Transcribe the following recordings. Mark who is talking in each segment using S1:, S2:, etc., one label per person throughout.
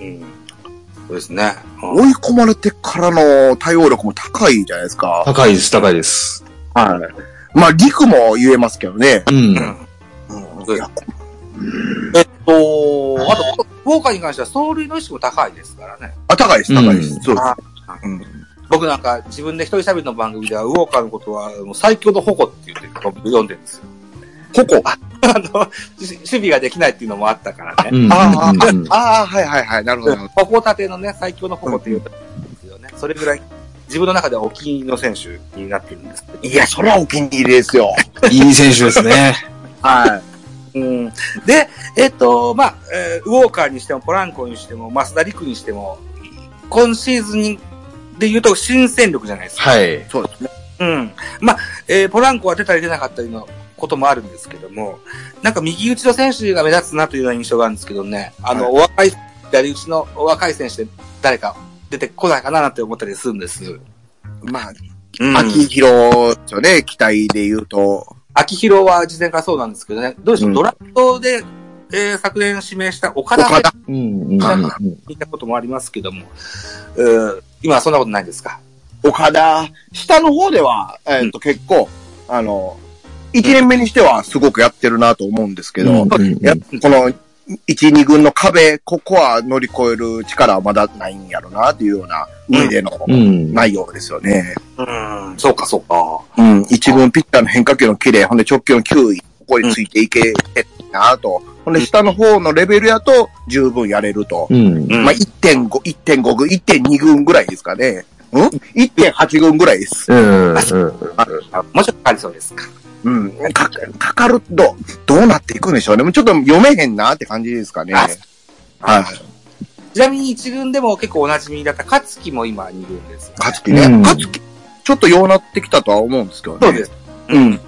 S1: うん、うん。そうですね。うん
S2: 追い込まれてからの対応力も高いじゃないですか。
S3: 高いです、高いです。
S2: はい。まあ、陸も言えますけどね。
S3: うん。
S1: うんそうですえっと、あと、福岡に関しては走塁の意識も高いですからね。
S2: あ、高いです、高いです。
S3: うん
S2: そうです。
S1: うん僕なんか自分で一人喋りの番組では、ウォーカーのことはもう最強の矛って言って読んでるんですよ。
S2: ここ。
S1: あの、し守備ができないっていうのもあったからね。
S3: うん
S2: あー
S3: うん
S2: ああ、はいはいはい。なるほど。なるほ
S1: ここ立てのね、最強の矛って言うんですよね。それぐらい、自分の中ではお気に入りの選手になってるんですけど
S2: どいや、それはお気に入りですよ。
S3: いい選手ですね。
S2: はい。
S1: うんで、えっと、まあ、えーウォーカーにしても、ポランコにしても、増田陸にしても、今シーズンにで言うと新戦力じゃないですか。
S3: はい。
S2: そうですね。
S1: うん。まあ、えーポランコは出たり出なかったりのこともあるんですけども、なんか右打ちの選手が目立つなというような印象があるんですけどね、あの、お若い、左打ちのお若い選手で誰か出てこないかななんて思ったりするんです。
S2: まあ、
S1: うん、
S2: 秋
S1: 秋、
S2: 広ですよね、期待で言うと。
S1: 秋広は事前からそうなんですけどね、どうでしょう、
S2: うん
S1: ドラフトで、えー昨年指名した岡田
S2: 岡田。
S3: うんうんうんうん
S1: 聞いたこともありますけども、えー今はそんなことないですか
S2: 岡田。下の方では、えっと、結構、あの、1年目にしてはすごくやってるなと思うんですけど、
S3: うんうん
S2: やっぱこの、1、2軍の壁、ここは乗り越える力はまだないんやろな、っていうような上での
S3: うん。
S2: 内容ですよね。
S1: うん、そうかそうか。
S2: うん、1軍ピッチャーの変化球の綺麗、ほんで直球の球威、ここについていけてるな、と。ほんで下の方のレベルやと十分やれると。
S3: うん。
S1: うん
S2: まあ、1.5、1.5軍、1.2軍ぐらいですかね。うん ?1.8 軍ぐらいです。
S3: うん。
S1: あもうちょっとかかりそうですか。
S2: うん、かかかると、どうなっていくんでしょうね。もうちょっと読めへんなって感じですかね。
S1: あ
S2: はい。
S1: ちなみに一軍でも結構お馴染みだった勝木も今二軍です。
S2: 勝樹ね。
S3: うん
S2: 勝樹、ちょっとようなってきたとは思うんですけどね。
S1: そうです。
S2: うん。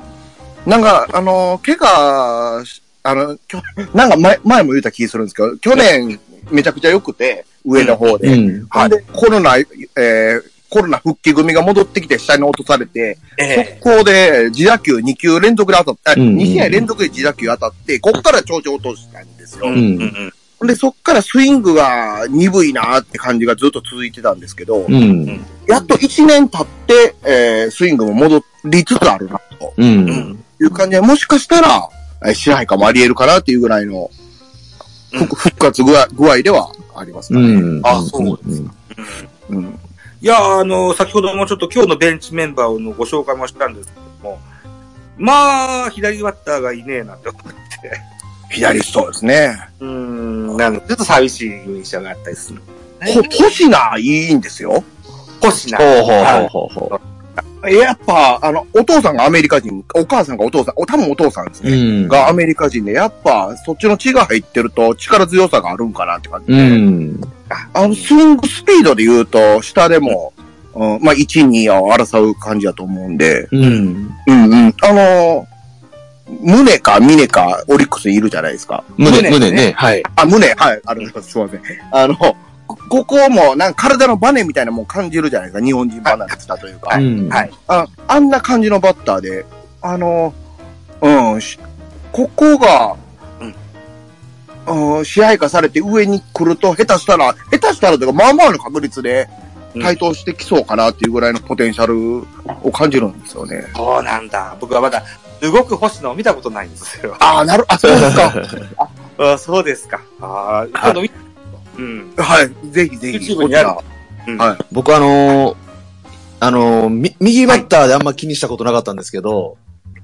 S2: なんか、あの、怪我し、あの、きょなんか前前も言った気するんですけど、去年めちゃくちゃ良くて、上の方で。
S3: うん。
S2: ほんで、コロナ、えーコロナ復帰組が戻ってきて下に落とされて、
S1: ええ
S2: ここで自打球2球連続で当たって、
S3: うんうん
S2: 2試合連続で自打球当たって、ここから調子落としたんですよ。
S1: うん
S3: ん
S1: うん
S2: ほんで、そっからスイングが鈍いなーって感じがずっと続いてたんですけど、
S3: うん。
S2: やっと1年経って、えースイングも戻りつつあるな、と
S3: う。
S1: うんん
S2: いう感じで、もしかしたら、えー支配下もあり得るかなっていうぐらいの、ふ
S1: うん
S2: 復活具合具合ではありますか
S3: う
S2: ね。
S3: ん。
S1: あそうですうん
S2: うん。
S1: いや、あの、先ほどもちょっと今日のベンチメンバーのご紹介もしたんですけども、まあ、左バッターがいねえなって思って、
S2: 左そうですね。
S1: うん、なのでちょっと寂しい印象があったりする。
S2: ほ、星がいいんですよ。
S1: 腰な。
S3: ほうほうほうほうほ
S2: やっぱ、あの、お父さんがアメリカ人、お母さんがお父さん、お多分お父さんです
S3: う。
S2: ね。
S3: ん。
S2: がアメリカ人で、やっぱ、そっちの血が入ってると力強さがあるんかなって感じで。
S3: うん。
S2: あの、スイングスピードで言うと、下でも、うん、まあ、1、2を争う感じだと思うんで、
S3: うん。
S2: うんうん。あのムネかミネかオリックスいるじゃないですか。
S3: 胸、胸ね。はい。
S2: あ、ムネ、はい、ありがとうございます。すいません。あの、こここも、なんか体のバネみたいなもん感じるじゃないですか。日本人離れしたというか。
S3: うん。
S1: はい
S2: ああんな感じのバッターで、あの、うん、しここが、うん、支配化されて上に来ると、下手したら、下手したらというか、まあまあの確率で
S1: うん
S2: 対等してきそうかなっていうぐらいのポテンシャルを感じるんですよね。
S1: そうなんだ。僕はまだ動く星野を見たことないんですよ。
S2: ああ、なる、あ、そうですか。
S1: あそうですか。ああ、今度見うん。
S2: はい、ぜひぜひ。
S1: YouTube にある
S2: こ
S3: 僕あのーあのーみ右バッターであんま気にしたことなかったんですけど、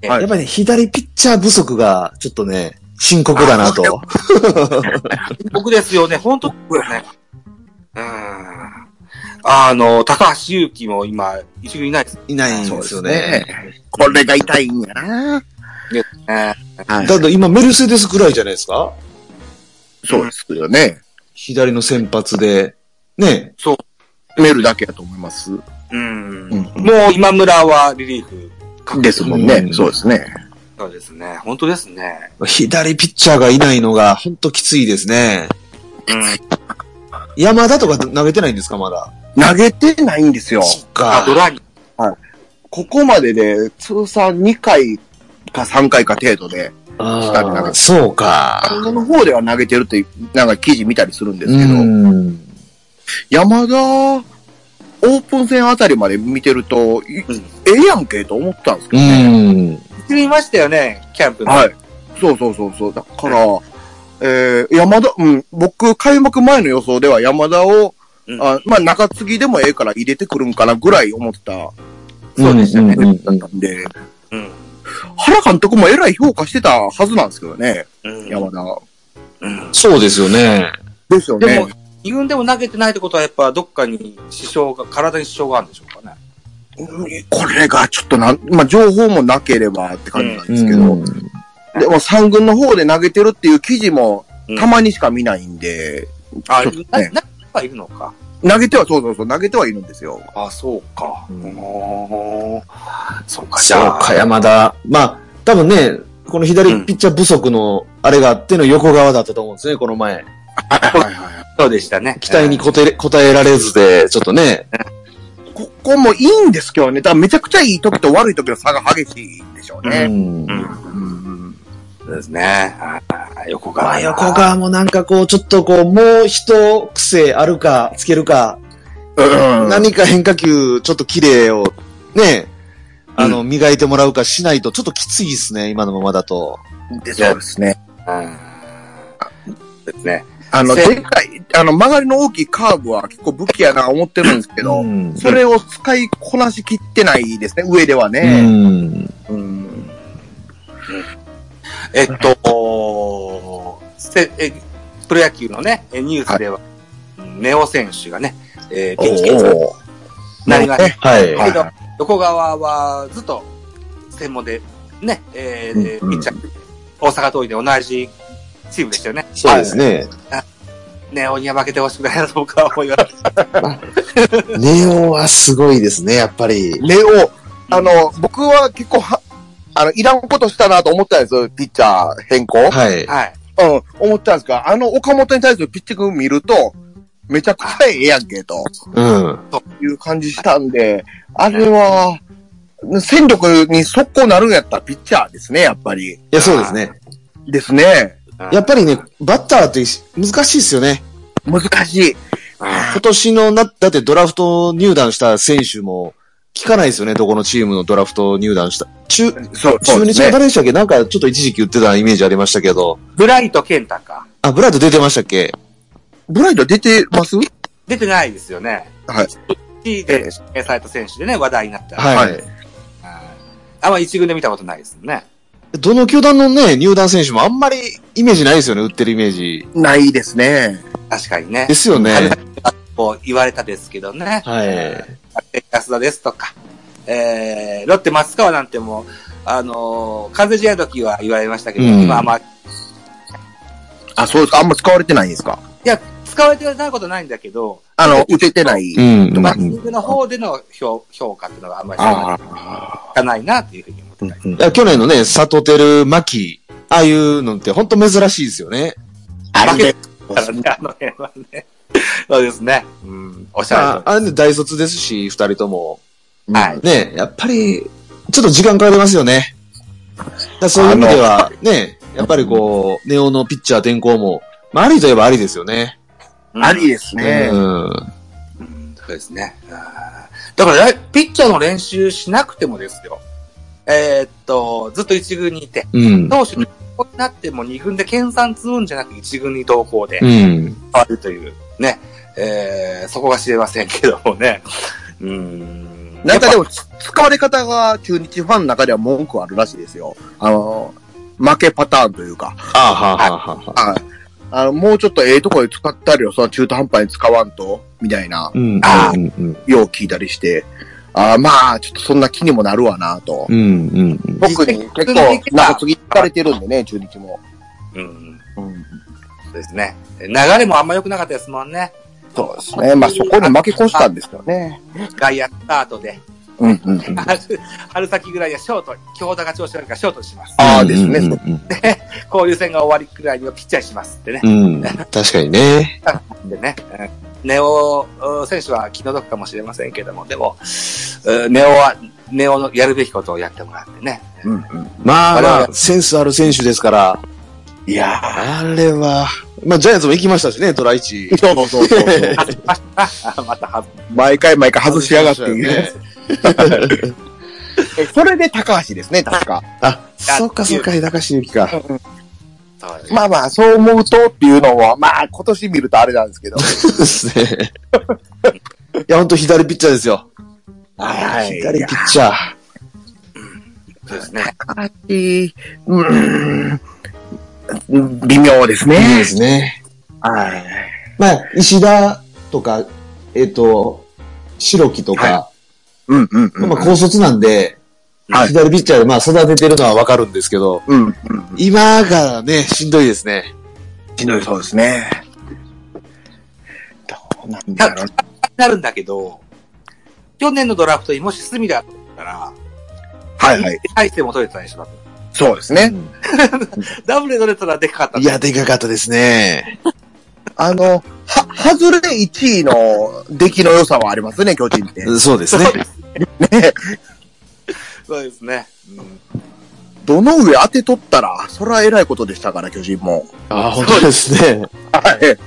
S2: はい
S3: やっぱりね、左ピッチャー不足が、ちょっとね、深刻だなと。
S1: 僕ですよね。本当僕よね。うん。あの、高橋祐希も今、一軍いないですね。
S3: いないんですよね。
S2: ちらこれが痛いんやな。は
S3: だけど今、メルセデスくらいじゃないですか
S2: そうですよね。
S3: 左の先発で。ね。
S2: メールだけやと思います。
S1: うん。
S2: うん
S1: もう今村はリリーフ。
S2: ですもんね。
S3: うん
S2: そうですね。
S1: そうですね。本当ですね。
S3: 左ピッチャーがいないのが、ほんときついですね。
S1: うん。
S3: 山田とか投げてないんですか、まだ。
S2: 投げてないんですよ。
S3: そっ
S1: あ、
S3: か
S1: ド。ラに。
S2: ここまでで通算2回か3回か程度で、下に投
S3: あ
S2: げ
S3: あ、
S2: て
S3: そうか。
S2: 安野の方では投げてるって、なんか記事見たりするんです
S3: う
S2: けど、
S3: ん。
S2: 山田、オープン戦あたりまで見てると、い
S1: うん
S2: ええやんけと思ったんですけ
S3: う
S2: どね。
S3: ん。
S1: 一緒にいましたよね、キャンプの。
S2: はい。そうそうそうそう。だから、えー、山田、うん、僕、開幕前の予想では山田を、
S1: うん
S2: あまあ、中継ぎでもええから入れてくるんかなぐらい思った
S1: そうでしたね
S3: んんうん
S2: んで、
S1: うん。
S2: 原監督もえらい評価してたはずなんですけどね、
S1: うん。
S2: 山田。
S1: うん
S3: そうですよね。
S2: ですよね。
S1: でも、二軍でも投げてないってことは、やっぱどっかに支障が、体に支障があるんでしょうかね。
S2: うんこれがちょっとなん、まあ、情報もなければって感じなんですけど、
S3: うん
S2: でも3軍の方で投げてるっていう記事も
S1: うん
S2: たまにしか見ないんで、
S1: あ、
S2: ちょっと
S1: な、
S2: ね
S1: な、ないるのか。
S2: 投げては、そうそうそう、投げてはいるんですよ。
S1: あ、そうか。
S3: うん
S1: おーそうか、じ
S3: そう
S1: ゃあ。
S3: か、山田。まあ、多分ね、この左ピッチャー不足のあれがあっての横側だったと思うんですね、この前。
S2: はいはいはい
S1: そうでしたね。
S3: 期待に応え応えられずで、ちょっとね。
S2: ここもいいんですけどね、だからめちゃくちゃいい時と悪い時の差が激しいんでしょう
S3: う
S2: ね。
S3: ん
S1: うん。
S2: うん
S1: そうですね。あー横
S3: ま
S1: 川
S3: あ、横側もなんかこう、ちょっとこう、もう一癖あるか、つけるか、
S2: うん
S3: 何か変化球、ちょっと綺麗を、ね、あの、磨いてもらうかしないと、ちょっときついですね、今のままだと。
S2: でそうですね。
S1: うんそうですね。
S2: あの、
S1: せ
S2: でかい、あの、曲がりの大きいカーブは結構武器やな思ってるんですけど、
S3: ん
S2: それを使いこなしきってないですね、上では
S3: う
S2: ね。
S3: ん。
S2: うん
S1: えっと、せえプロ野球のね、えニュースでは、ネオ選手がね、えー、ピッチャーに
S3: おー
S1: なりました
S3: はい。
S2: は
S1: け
S2: い
S1: ど、横川はずっと専門で、ね、えーで
S3: うん
S1: ピッチャー、大阪桐蔭で同じチームでしたよね。
S3: そうですね。
S1: ネオには負けてほしくないなと僕は思います。
S3: ネオはすごいですね、やっぱり。
S2: レオ、あの、僕は結構は、あの、いらんことしたなと思ったんですよ、ピッチャー変更。
S3: はい。
S1: はい。
S2: うん、思ったんですが、あの岡本に対するピッチング見ると、めちゃくちゃええやんけ、と
S3: うん。
S2: いう感じしたんで、あれは、戦力に速攻なるんやったらピッチャーですね、やっぱり。
S3: いや、そうですね。
S2: ですね。
S3: やっぱりね、バッターって難しいですよね。
S2: 難しい。
S3: 今年のな、だってドラフト入団した選手も、聞かないですよね、どこのチームのドラフト入団した。中、
S2: そう、そ
S3: 中
S2: うで
S3: 日
S2: す
S3: は
S2: ね。
S3: 誰でしたっけなんかちょっと一時期言ってたイメージありましたけど。
S1: ブライト健太か。
S3: あ、ブライト出てましたっけ
S2: ブライト出てますはい。
S1: 出てないですよね。1位で指名された選手でね、話題になった。
S3: はい。
S2: は
S1: あんま一軍で見たことないですよね。
S3: どの球団のね、入団選手もあんまりイメージないですよね、打ってるイメージ。
S2: ないですね。
S1: 確かにね
S3: で。すよね。
S1: こう言われたですけどね。
S3: はい。
S1: 安田ですとか、えー、ロッテ松川なんてもう、あのー、完全試合の時は言われましたけど、
S3: うん
S1: 今はまあ、い
S2: あ、そうですか。あんま使われてないんですか。
S1: や、使われてないことないんだけど、
S2: あの、打ててない。
S3: うん。
S1: バッ
S3: う
S1: テ
S3: ん
S1: ィングの方での評評価っていうのがあんまり
S2: あ
S1: い
S2: あ。
S1: かないなっていうふうに思ってたり。
S3: いや去年のね、サトテル、マキ、ああいうのって本当珍しいですよね。
S2: あれで
S1: だからね、あの辺はね。 そうですね。うん、おっしゃ
S3: あ
S1: ると
S3: あれで大卒ですし、二人とも。
S1: り。はい。
S3: ね、やっぱり、ちょっと時間かかりますよね。だからそういう意味では、ね、やっぱりこう、ネオのピッチャー転向も、まあ、ありといえばありですよね。
S2: ありですね
S3: う。ん。
S1: うんそうですね。あーだから、ピッチャーの練習しなくてもですよ。えーっと、ずっと一軍にいて、
S3: うん。
S1: 投手になっても二軍で研鑽積むんじゃなく一軍に同行で
S3: うん。
S1: 変わるという、ね。えー、そこが知れませんけどもね。うーん。
S2: なんかでも、つ使われ方が中日ファンの中では文句あるらしいですよ。あの、負けパターンというか、
S3: ああはあはあはあ。
S2: はいあの、もうちょっとええとこで使ったりを、その中途半端に使わんと、みたいな、
S3: うん。
S1: あ
S3: うん。うん
S2: よう聞いたりして、あーまあ、ちょっとそんな気にもなるわな、と。
S3: うん。うん。
S2: 僕に結構、中継ぎ行かれてるんでね、中日も。
S1: うん。そうですね。流れもあんま良くなかったですもんね。
S2: そうですね。まあ、そこに負け越したんですよね。
S1: 外野スタートで。
S2: うんうんうん。
S1: 春春先ぐらいにはショート、京田が調子悪いからショートにします。
S2: ああですね。
S3: うん
S2: そう
S1: 交流戦が終わりくらいにはピッチャーにしますってね。
S3: うん。うん確かにね。
S1: でね、うんネオ選手は気の毒かもしれませんけども、でも、うんネオはネオのやるべきことをやってもらってね。
S2: うんうん。
S3: まあま
S1: 我
S3: あ、センスある選手ですから、
S2: いや
S3: あれは、まあジャイアンツも行きましたしね、トライチ
S2: ー。。そうそうそうそう。
S1: あ、またはず。
S2: 毎回毎回外しやがっていうね。
S3: ね。
S2: え それで高橋ですね、確か。
S3: あ、そっかそっか、高橋ゆきか。
S1: そうです
S2: まあまあ、そう思うとっていうのは、まあ今年見るとあれなんですけど。
S3: そうですね。いや、ほんと左ピッチャーですよ。
S2: はい
S3: 左ピッチャー。
S1: そうですね。
S2: 高橋、うーん、微妙です
S3: いいで
S2: ね。
S3: すね。
S2: はい。
S3: まあ、石田とか、えっと、白木とか、
S2: うんうんうん。
S3: まあ高卒なんで、
S2: はい
S3: 左ピッチャーでまあ育ててるのはわかるんですけど、
S2: うんうん。
S3: 今がね、しんどいですね。
S2: しんどいそうですね。どうなんだろう。
S1: なるんだけど、去年のドラフトにもし隅だったら、
S2: はいはい。
S1: 大勢も取れてたでしょ。
S2: そうですね。
S1: ダブルで取れたらでかかった。
S3: いや、でかかったですね。
S2: あの、は、外れ1位の出来の良さはありますね、巨人って。
S3: そうですね。
S1: そうですね。
S2: どの上当て取ったら、それは偉いことでしたから、巨人も。
S3: あ、本当ですね。
S2: はい。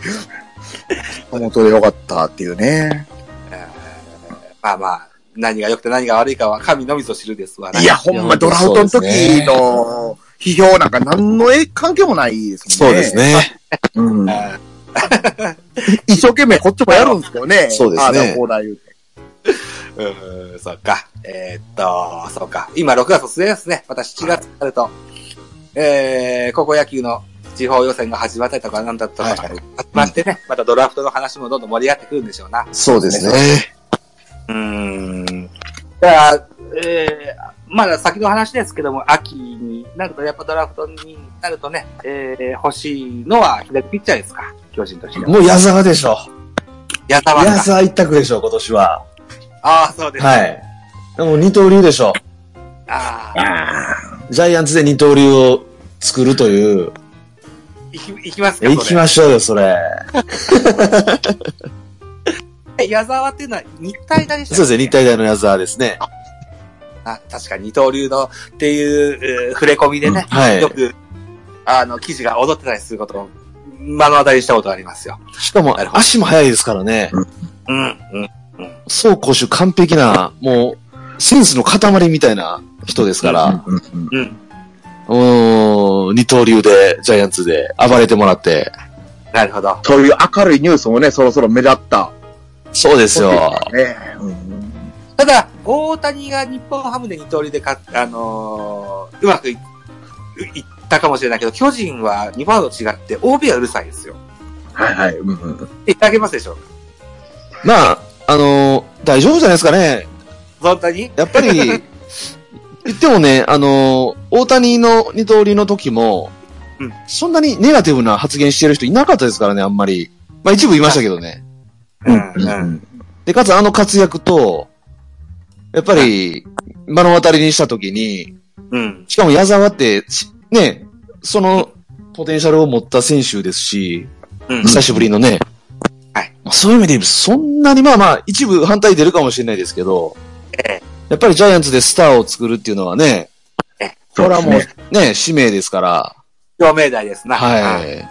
S2: 本当でよかったっていうね。
S1: まあまあ、何が良くて何が悪いかは神のみぞ知るですわね。
S2: いや、ほんまドラフトの時の批評なんか何のえ関係もないですも
S3: そうん
S2: ね。
S3: です。ね。
S2: うん。
S1: あ
S2: 一生懸命こっちもやるんですけどね。
S3: そうですね
S2: ああ、こうだ言うて。
S1: ー。うん、そっか。えーっと、そうか。今6月末ですね。また7月になると、えー、高校野球の地方予選が始まったりとか、なんだとか、
S3: はいはい
S1: 始まってね、またドラフトの話もどんどん盛り上がってくるんでしょうな。
S3: そうですね。
S1: うーん。だから、えー、まだ先の話ですけども、秋になると、やっぱドラフトになるとね、えー、欲しいのは左ピッチャーですか、巨人としては。
S3: もう矢沢でしょ。
S1: 矢沢
S3: 矢
S1: か。
S3: 沢一択でしょ、今年は。
S1: ああ、そうです。い。
S3: はい。でも二刀流でしょ。
S1: ああ、
S2: ああ。
S3: ジャイアンツで二刀流を作るという。
S1: いき、いきますか、
S3: 行きましょうよ、それ。
S1: す。矢沢っていうのは日体大でした
S3: そうですね、日体大の矢沢ですね。
S1: あ、確か二刀流のっていう、えー触れ込みでね、
S3: はい
S1: よく、あの、記事が踊ってたりすることを目の当たりにしたことがありますよ。
S3: しかも
S1: なるほ、ど
S3: 足も速いですからね。
S1: うん、うん。
S3: 走攻守完璧な、もう、センスの塊みたいな人ですから、
S2: うんうん
S1: うん。
S3: うーん、二刀流で、ジャイアンツで暴れてもらって。
S1: なるほど。
S2: そういう明るいニュースもね、そろそろ目立った。
S3: そうですよ。
S2: ね。うん
S1: ただ、大谷が日本ハムで二刀流で勝っあのーうまくいいったかもしれないけど、巨人は日本ハムと違って OB はうるさいですよ。
S2: はいはい。うんうん
S1: いただけますでしょうか
S3: まあ、あのー大丈夫じゃないですかね。
S1: 本当に
S3: やっぱり、言ってもね、あのー大谷の二刀流の時も、
S1: うん
S3: そんなにネガティブな発言してる人いなかったですからね、あんまり。まあ一部いましたけどね。
S1: う。
S2: うんうんん。
S3: で、かつあの活躍と、やっぱり、目の当たりにした時に、
S1: うん。
S3: しかも矢沢って、しね、その、ポテンシャルを持った選手ですし、
S1: うん。
S3: 久しぶりのね。
S1: はい
S3: まあそういう意味で言うと、そんなにまあまあ、一部反対出るかもしれないですけど、
S1: ええ
S3: やっぱりジャイアンツでスターを作るっていうのはね、
S1: ええ
S3: これはも
S2: そうで
S3: うね、使命ですから、
S1: 表明台ですな。
S3: はい。
S1: はい。え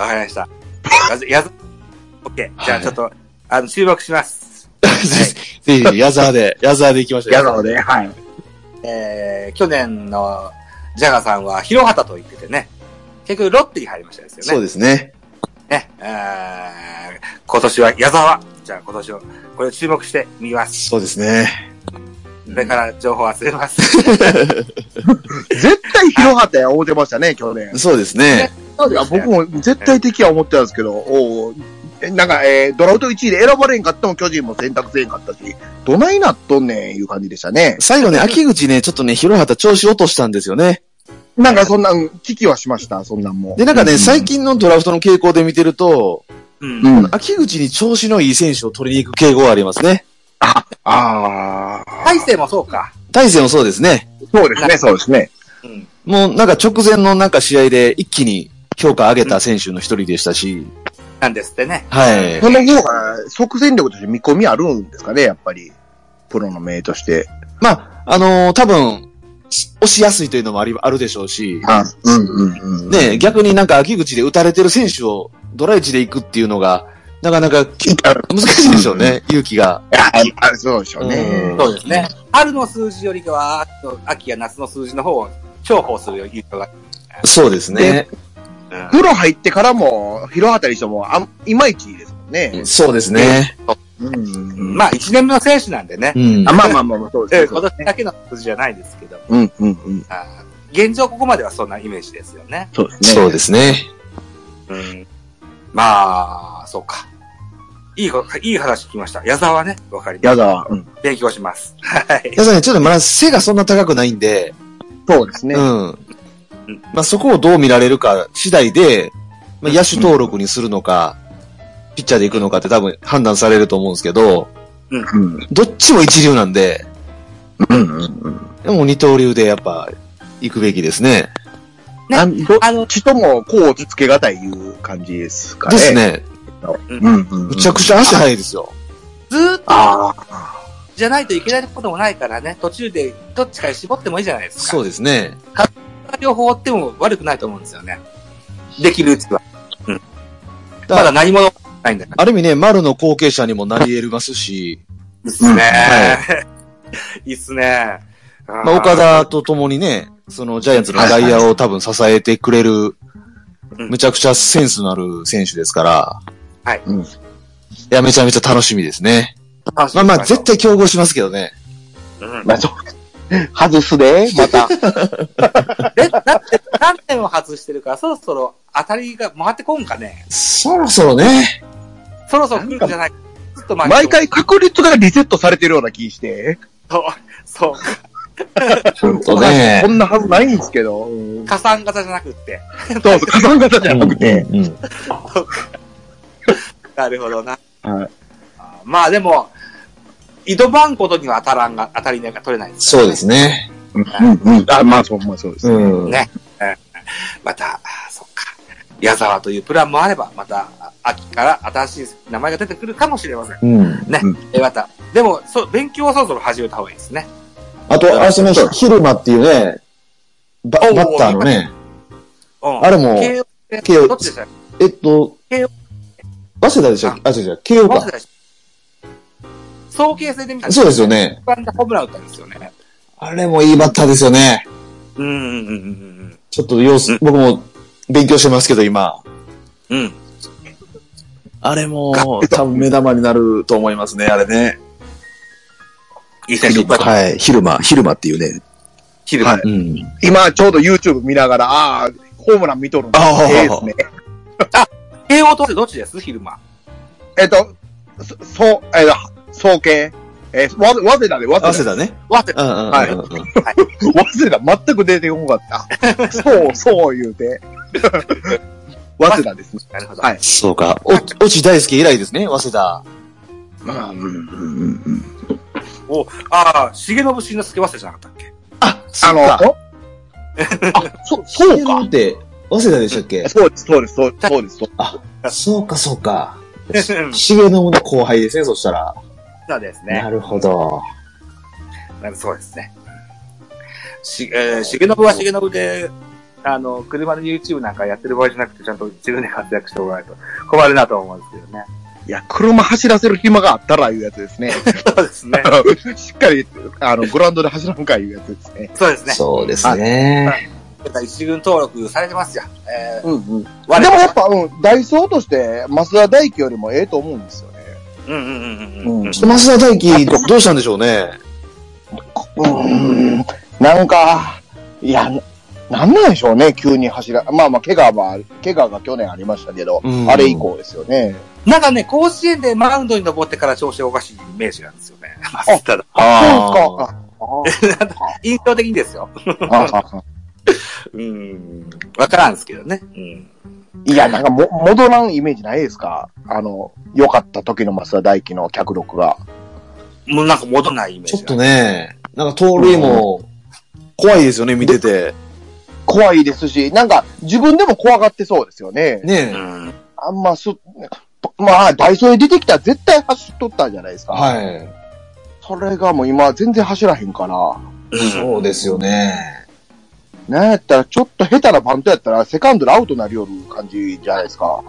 S1: わかりました。やず、やず、オッケー。じゃあちょっと、あの、注目します。
S3: ぜひ、矢沢で、矢沢で行きましょう。
S2: やなので、はい。
S1: えー、去年のジャガさんは広畑と言っててね、結局ロッテに入りましたですよね。
S3: そうですね。
S1: ね、えー今年は矢沢。じゃあ今年は、これを注目してみます。
S3: そうですね。
S1: それから情報忘れます。
S2: 絶対広畑は思ってましたね、去年。
S3: そうですね。
S2: いや、僕も絶対的は思ってたんですけど、おうえなんか、えードラフト1位で選ばれんかったも巨人も選択せんかったし、どないなっとんねん、いう感じでしたね。
S3: 最後ね、秋口ね、ちょっとね、広畑調子落としたんですよね。
S2: なんかそんなん、危機はしました、そんなんも。
S3: で、なんか
S2: う
S3: ね、最。近のドラフトの傾向で見てると、
S1: うん
S2: うん。あ
S3: 秋口に調子のいい選手を取りに行く傾向がありますね。
S2: あー。
S1: 大勢もそうか。
S3: 大勢もそうですね。
S2: そうですね、そうですね。
S1: うん。
S3: もうなんか直前のなんか試合で一気に評価上げた選手の一人でしたし、
S1: なんですってね。
S3: はい。
S2: その方が、即戦力として見込みあるんですかね、やっぱり。プロの名として。
S3: まあ、あのー多分、し押しやすいというのもあり、あるでしょうし、
S2: あ、うんうんうん。
S3: ね、逆になんか秋口で打たれてる選手をドライチで行くっていうのが、なかなかき
S2: あ
S3: 難しいでしょうね、勇気が。
S2: ああそうでしょうね。
S1: そうですね。春の数字よりかは、秋や夏の数字の方を重宝するよ、優勝が。
S3: そうですね。
S2: プロ入ってからも、広畑にしても、あんいまいちですもんね。
S3: そうですね。
S2: うんうん
S1: まあ、1年目の選手なんでね。
S3: うん
S2: あ。まあまあまあまあ、そう
S1: え
S2: で
S1: え
S2: す
S1: 今。年だけの数字じゃないですけど、
S2: うんうんうん。
S1: あー現状ここまではそんなイメージですよね。
S2: そうですね。
S3: そうですね。
S1: うん、まあ、そうか。いいこ、いい話聞きました。矢沢ね、わかりま
S2: や
S1: し
S2: だ。うん
S1: た。勉強します。はい。
S3: 皆さんね、ちょっとまだ背がそんな高くないんで、
S2: そうですね
S3: う。ん。まあ、そこをどう見られるか次第で、まあ、野手登録にするのか、ピッチャーで行くのかって多分判断されると思うんですけど、
S2: うん
S3: どっちも一流なんで、
S2: うんうんうん。
S3: でも二刀流でやっぱ行くべきですね。
S2: なんどっ
S1: あの、
S2: ちとも、こう落ち着けがたいいう感じですかね。
S3: です。ね。
S2: うんうん。
S3: むちゃくちゃ足早いですよ。
S1: ずーっと、
S2: ああ。
S1: じゃないといけないこともないからね、途中でどっちかに絞ってもいいじゃないですか。
S3: そうですね。
S1: 両方追っても悪くないと思うんですよね。できるうちは。うん。
S3: だ
S1: まだ何者もないんだか
S3: ある意味ね、丸の後継者にもなり得ますし、
S1: ら。ですね。いいっすね。
S3: まあ、岡田と共にね、そのジャイアンツの外野を多分支えてくれる、
S1: うん
S3: むちゃくちゃセンスのある選手ですから、
S1: はい
S2: うん
S3: いや、めちゃめちゃ楽しみですね。
S1: 田
S3: まあまあ、絶。対競合しますけどね。
S1: うん
S2: まあ、そう。外すで、また。
S1: で、だって、何点を外してるから、そろそろ当たりが回ってこんかね。
S3: そろそろね。
S1: そろそろ来るんじゃないずっと
S2: 毎。回確率がリセットされてるような気して。
S1: そう、そう。
S3: 本当ね
S2: こ。んなはずないんですけど。うん
S1: 加算型じゃなくって。
S2: そうそう、加算型じゃなくて。
S3: うんうん
S1: なるほどな。
S2: はい
S1: あーまあでも、井戸番ことには当たらんが、当たりなんか取れないです。
S3: そうですね。
S2: うんうんうん。あ、まあそう、まあそうです。
S3: うん。
S1: ねまた、あーそっか。矢沢というプランもあれば、また、あ秋から新しい名前が出てくるかもしれません。
S3: うん。
S1: え、また。でも、そう、勉強はそろそろ始めた方がいいですね。
S3: あと、あれその、昼間っていうね、バ
S1: おう
S3: バッターのね、
S1: うん。
S3: あれも
S1: 慶応え
S3: 慶応
S1: どっちでしたっけ
S3: えっと
S1: 慶応、
S3: 早稲田でしたっけあ、違う違う、慶応
S1: 早稲
S3: か
S1: 田。でした早慶戦で見た
S3: そうですよね。
S1: 一番でホームラン打ったんですよね。
S3: あれもいいバッターですよね。
S1: うん、うん、うん、
S3: ちょっと様子、僕も勉強してますけど、今。
S1: うん。うん。
S3: あれも、多分目玉になると思いますね、あれね。
S1: いい選手いっぱい。
S3: はい、昼間、昼間っていうね。
S1: 切るまで
S3: うん。
S2: 今、ちょうど YouTube 見ながら、ああ、ホームラン見とるんだ
S3: ああ
S2: ええですね。
S1: 慶応とどっちです昼間。
S2: えっと、そそう、えっと、総計。えー、わ、わせだで、わ
S3: 早
S2: せ
S3: 稲
S2: だ。
S3: 田ね。
S1: わて、
S3: うんうんうん。
S2: はい
S3: い。
S2: わせだ、全く出てこなかった。そう、そう言う て。わせだですね。
S1: なるほど。
S2: はい
S3: そうか。お、落大輔以来ですね、早稲田。
S2: まあ、うん、うん、うん。
S1: お、ああ、重信慎之介忘れじゃなかったっけ
S3: あ、
S2: あの、
S3: そ
S2: あ、そ、そうか。
S3: って、早稲田でしたっけ
S2: そうです、そうです、そうそうです。そうです
S3: そうか、そうか。
S1: うん
S3: 重信の後輩ですね、そしたら。
S1: そうですね。
S3: なるほど。
S1: なんかそうですね。し、えー、重信は重信で、あの、車で YouTube なんかやってる場合じゃなくて、ちゃんと自分で活躍しておかないと困るなと思うんですけどね。
S2: いや、車走らせる暇があったらいうやつです ね。
S1: そうですね。
S2: しっかり、あの、グラウンドで走らんかいうやつですね。
S1: そうですね。
S3: そうですね。
S1: 一軍登録されてますよ。えー、
S2: うんうん。で
S1: 我
S2: も
S1: 々
S2: やっぱ、うん、ダイソーとして、増田大輝よりもええと思うんですよね。
S1: うんうんうんうん。
S2: うん
S3: ちょっと増田大輝、どどうしたんでしょうね。
S2: うん。なんか、いや、なんなんでしょうね、急に走ら、まあまあ、怪我は、怪我が去年ありましたけど、
S3: うん
S2: あれ以降ですよね。
S1: なんかね、甲子園でマウンドに登ってから調子がおかしいイメージなんですよね。 ただ
S2: あそう
S3: あー
S2: か。あ
S1: 印象的にですよ。
S2: ああ あ
S1: うん。わからんですけどね。うん。
S2: いや、なんかも、戻らんイメージないですかあの、良かった時の増田大輝の脚力が。
S1: もうなんか戻んないイメージ
S3: ち
S1: が。
S3: ょっとね、なんか盗塁も怖いですよね、見てて。
S2: 怖いですし、なんか、自分でも怖がってそうですよね。
S3: ね
S1: う
S3: え。
S1: ん。
S2: あんま、す、まあ、ダイソーに出てきたら絶対走っとったんじゃないですか。
S3: はい。
S2: それがもう今全然走らへんから、
S3: そうですよね。
S2: なんやったらちょっと下手なバントやったらセカンドでアウトになりよる感じじゃないですか。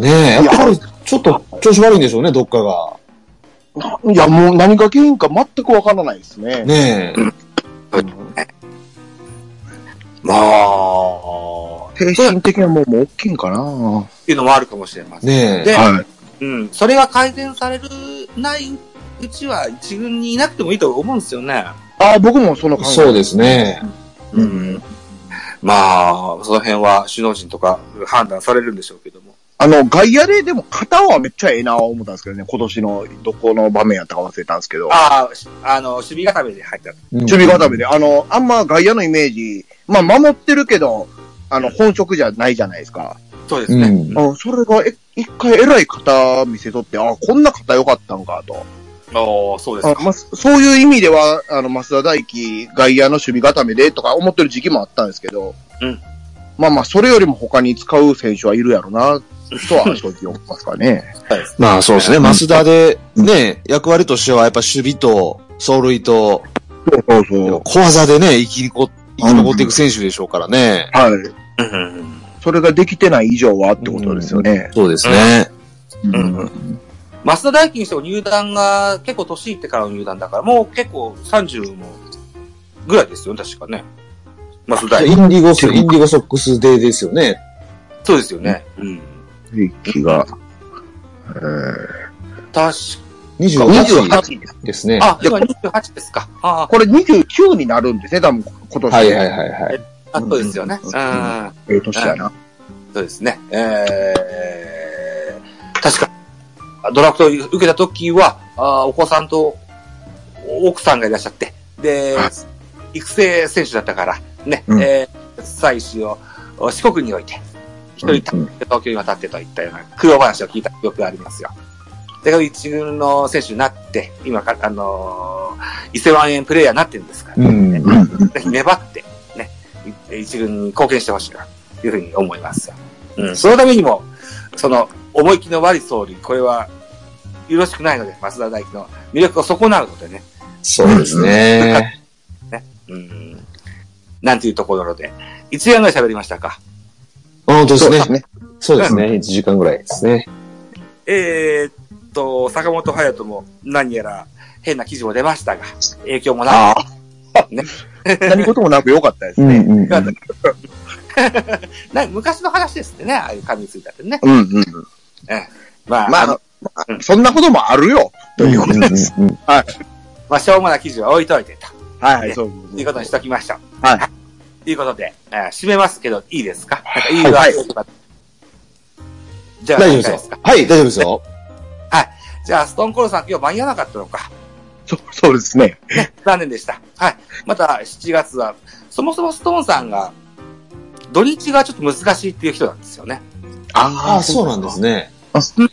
S3: ねえ、やっぱりちょっと調子悪いんでしょうね、どっかが。
S2: いや、もう何が原因か全くわからないですね。
S3: ねえ。
S2: うん
S1: まあ、っ
S2: 精神的なもんも大きいんかな。は
S1: ていうのもあるかもしれません。
S3: ね
S1: で
S3: え。
S1: うん。それが改善される、ないうちは一軍にいなくてもいいと思うんですよね。
S2: あ僕もその感じ。
S3: そうですね。
S1: うん。まあ、その辺は首脳陣とか判断されるんでしょうけども。
S2: あの、外野ででも肩はめっちゃええな思ったんですけどね、今年のどこの場面やったか忘れたんですけど。
S1: ああ、しあの、守備固めで入った。
S2: 守備固め
S3: で。
S2: で、あの、あんま外野のイメージ、まあ守ってるけど、あの、本職じゃないじゃないですか。
S1: そうですね。
S3: うん
S2: あそれが、え、一回偉い肩見せとって、あこんな肩良かったんかと。
S1: おーそうです
S2: あ
S1: か。
S2: まあ、そういう意味では、あの、増田大輝、外野の守備固めでとか思ってる時期もあったんですけど、
S1: うん
S2: まあまあ、それよりも他に使う選手はいるやろな、とは正直思いますかね。
S3: まあそうですね、増田で、ねえ、役割としてはやっぱ守備と、走塁と、
S2: そうそうそう。
S3: 小技でね、生き残生き残っていく選手でしょうからね。
S2: はい。
S1: うん。
S2: それができてない以上はってことですよね。
S3: そうですね。
S2: うん
S1: うん増田大輝にしても入団が結構年いってからの入団だから、もう結構30もぐらいですよね、確かね。増田大
S3: イ
S1: 輝。
S3: ンディゴス、インディゴソックスデーですよね。
S1: そうですよね。うん。
S2: 気が。えー
S1: 確
S3: 28ですね。
S1: か、あ、今28ですか。ああ、
S2: これ29になるんですね、多分今年。
S3: はいはいはいはい。
S1: あそうですよね。
S2: う
S1: うんん。
S2: ええ年やな。
S1: そうですね。えー、確か、ドラフトを受けた時は、あーお子さんと奥さんがいらっしゃって、で
S2: はい、
S1: 育成選手だったから、ね、
S2: うん
S1: えー、妻子を四国に置いて、一人旅で東京に渡ってといったような苦労話を聞いた記憶がありますよ。で、一軍の選手になって、今か、あのー、伊勢湾円プレイヤーになってるんですから、
S3: うん。
S1: ぜひ 粘って、ね、い一軍に貢献してほしいな、というふうに思いますよ。うん、そのためにも、その、思い切りの悪い総理、これは、よろしくないので、増田大輝の魅力を損なうのでね、
S3: そうです ね。
S1: うん、なんていうところで、1時間ぐらい喋りましたか。
S3: 本当です
S2: そうで
S3: ね
S2: す。ね。
S3: そうですね。1時間ぐらいですね。
S1: えー、っと、坂本隼人も何やら変な記事も出ましたが、影響もな
S2: ああ。何事もなく良かったですね。
S3: ん
S1: く、な昔の話ですってね、ああいう紙についたってね。
S2: うんうん。
S1: まあ、
S2: ま
S1: まあ
S2: あ、そんなこともあるよ。ということです。
S1: まあ、しょうもない記事は置いといてと。
S2: はいはい、そう。
S1: ということにしときましょう。
S2: はい
S1: ということで、えー締めますけど、いいですかなんかいい
S2: は
S1: わ
S2: い
S1: じゃあ、
S3: 大丈夫
S1: いかが
S3: で
S1: ですす
S3: よ
S1: か。
S3: はい、大丈夫ですよ。
S1: じゃあ、ストーンコールさん、今日間に合わなかったのか。
S2: そう そうですね。
S1: 残念でした。はい。また、7月は、そもそもストーンさんが、土日がちょっと難しいっていう人なんですよね。
S3: ああ、そうなんですね。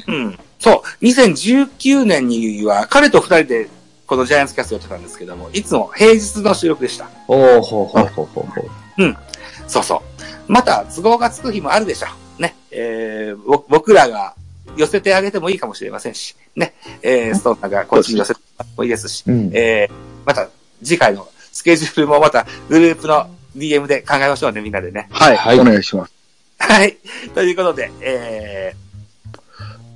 S1: うん。そう。2019年には、彼と二人で、このジャイアンツキャストやってたんですけども、いつも平日の収録でした。
S3: おおほうほうほうほうほう。
S1: そうそう。また、都合がつく日もあるでしょう。ね。えー、ぼ僕らが寄せてあげてもいいかもしれませんし、ね。えー、ストーンさんがこっちに寄せてもいいですし、
S3: うん。
S1: えー、また、次回のスケジュールもまた、グループの DM で考えましょうね、みんなでね。
S2: はい、
S3: はい
S2: お願いします。
S1: はい。ということで、えー、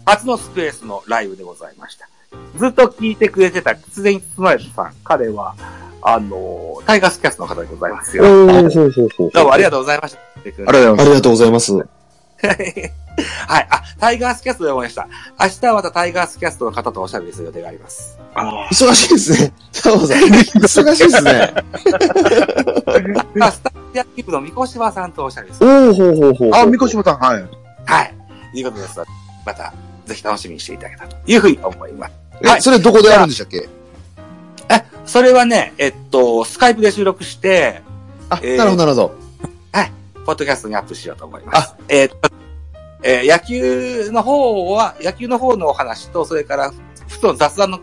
S1: 初のスペースのライブでございました。ずっと聞いてくれてた、すでに包まれたさん、彼は、あのータイガースキャストの方でございますよ。
S3: おーほうほうほう。
S1: どうもありが
S3: と
S1: とうございました。
S2: ありがとうござ
S3: あ
S2: い
S3: りがとうございます。
S1: はい。あ、タイガースキャストで思いました。明日はまたタイガースキャストの方とおしゃべりする予定があります。
S2: ます。
S3: 忙しいですね。佐藤さん。忙しいですね。
S1: あスタジアムキープの三越島さんとおしゃべりす
S3: お
S1: る。
S3: おほうほうほう。
S2: あ、みこしぼさん、はい。
S1: はい。ということですので。また、ぜひ楽しみにしていただけたらというふうに思います。
S3: え、それどこでやるんでしたっけ
S1: え、それはね、えっと、スカイプで収録して、
S3: あ、
S1: えー
S3: なるほどなるほど。
S1: ポッドキャストにアップしようと思います。えーとえー野球の方は、野球の方のお話と、それから、ふと雑談の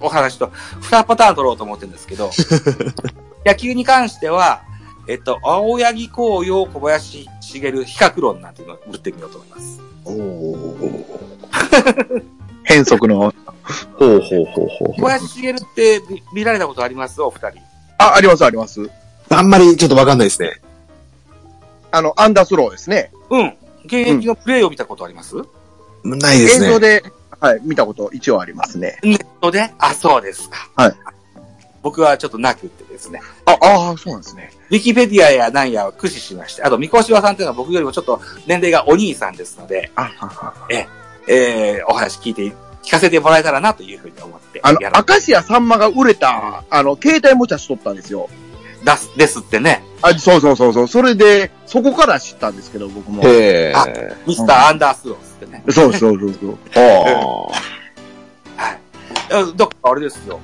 S1: お話と、2パターン取ろうと思ってるんですけ ど、野球に関しては、えっと、青柳紅葉、小林茂、比較論なんていうのをぶってみようと思います。
S2: 変則の。
S3: ほうほうほうほう
S1: 小林茂って見見られたことありますお二人。
S2: あ、あります、あります。
S3: あんまりちょっとわかんないですね。
S2: あの、アンダースローですね。
S1: うん。現役のプレーを見たことあります、
S3: ないです
S2: 映像
S3: ね。
S2: で、はい、見たこと一応ありますね。
S1: ネットであ、そうですか。
S2: はい。
S1: 僕はちょっとなくってですね。
S2: あ、ああ、そうなんですね。
S1: ウィキペディアやなんやを駆使しまして、あと、三越さんっていうのは僕よりもちょっと年齢がお兄さんですので、
S2: あ、あ
S1: えー、お話聞いて、聞かせてもらえたらなというふうに思って。
S2: あの
S1: や、ら
S2: アカシアさんまが売れた、あの、携帯持ちゃしとったんですよ。
S1: 出す、ですってね、
S2: あ、そうそうそうそう。それで、そこから知ったんですけど、僕も。
S3: へえ。
S1: あミスター・アンダースローですってね。
S2: そうそうそう そう。
S3: ほう
S1: はい。あだからあれですよ。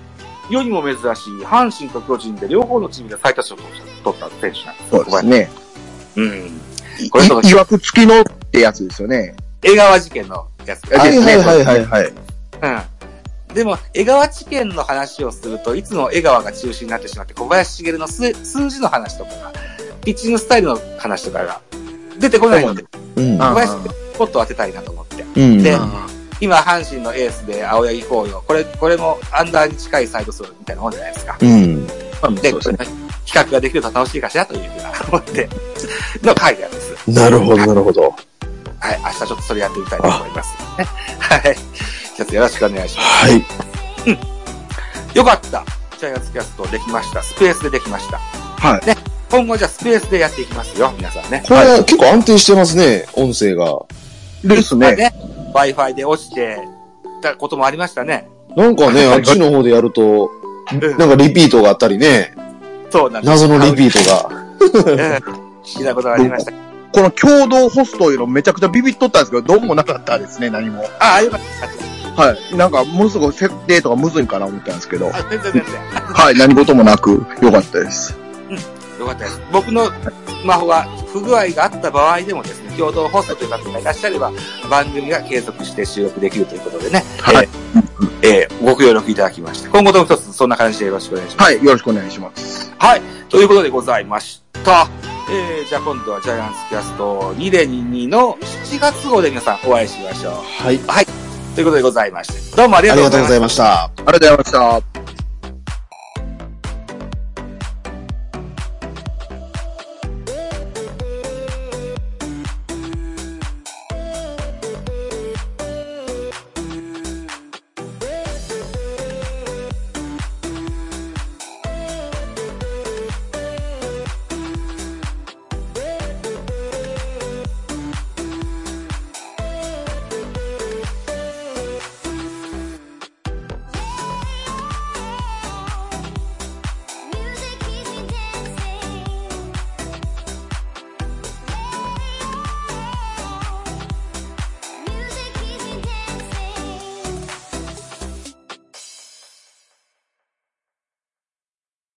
S1: 世にも珍しい、阪神と巨人で両方のチームで最多勝を取った選手なんです。
S2: そうですね。
S1: うん。
S2: い
S1: これそうです
S2: いわくつきのってやつですよね。
S1: 江川事件のやつ。
S3: は
S2: はいい
S3: は
S2: はいい
S3: はいは
S2: はい
S3: はい。
S1: うん。でも、江川事件の話をすると、いつも江川が中心になってしまって、小林茂の数数字の話とかが、ピッチングスタイルの話とかが出てこないので、
S3: うん。
S1: 小
S2: あ
S1: 林にスポットを当てたいなと思って。
S3: うん。
S1: で
S3: あ
S1: 今、阪神のエースで青柳紅葉、これ、これもアンダーに近いサイドスローみたいなもんじゃないですか。
S3: うん。
S1: で、
S2: そうですね。
S1: 企画ができると楽しいかしらというふうな思って、の書いてあるんです。
S3: なるほど、なるほど。
S1: はい、明日ちょっとそれやってみたいと思います。ねはい。ちょっとよろしくお願いしま
S3: はい。
S1: す。よかった。ジャイアンツキャストできました。スペースでできました。
S2: はい。
S1: 今後じゃあスペースでやっていきますよ、皆さんね。
S3: これは結構安定してますね、音声が。
S2: です
S1: まあ
S2: ね。
S1: ね、Wi-Fi で落ちてたこともありましたね。
S3: なんかね、あっちの方でやる
S1: う
S3: と、
S1: ん
S3: なんかリピートがあったりね、
S1: そうなんです。
S3: 謎のリピートが。
S1: うん好きなことがありました。
S2: この共同ホストいうのめちゃくちゃビビっとったんですけど、どうもなかったですね、何も。
S1: ああ、よかった。
S2: はい。なんか、ものすごい設定とかむずいんかな思ったんですけど。
S1: あ全然全然。
S2: はい、何事もなく、よかったです。
S1: よかったです。僕のスマホが不具合があった場合でもですね、共同ホストという方がいらっしゃれば、番組が継続して収録できるということでね、
S2: はい。
S1: えーご協力いただきました。今後とも一つそんな感じでよろしくお願いします。
S2: はい、よろしくお願いします。
S1: はい。ということでございました。えー、じゃあ今度はジャイアンツキャスト2022の7月号で皆さんお会いしましょう。
S3: はい。
S1: ということでございまして、どうもあり
S3: あ
S1: が
S3: り
S1: とう
S3: が
S1: ござ
S3: とう
S1: い
S3: ご
S1: ま
S3: ざ
S1: し
S3: いました。
S2: ありがとうございました。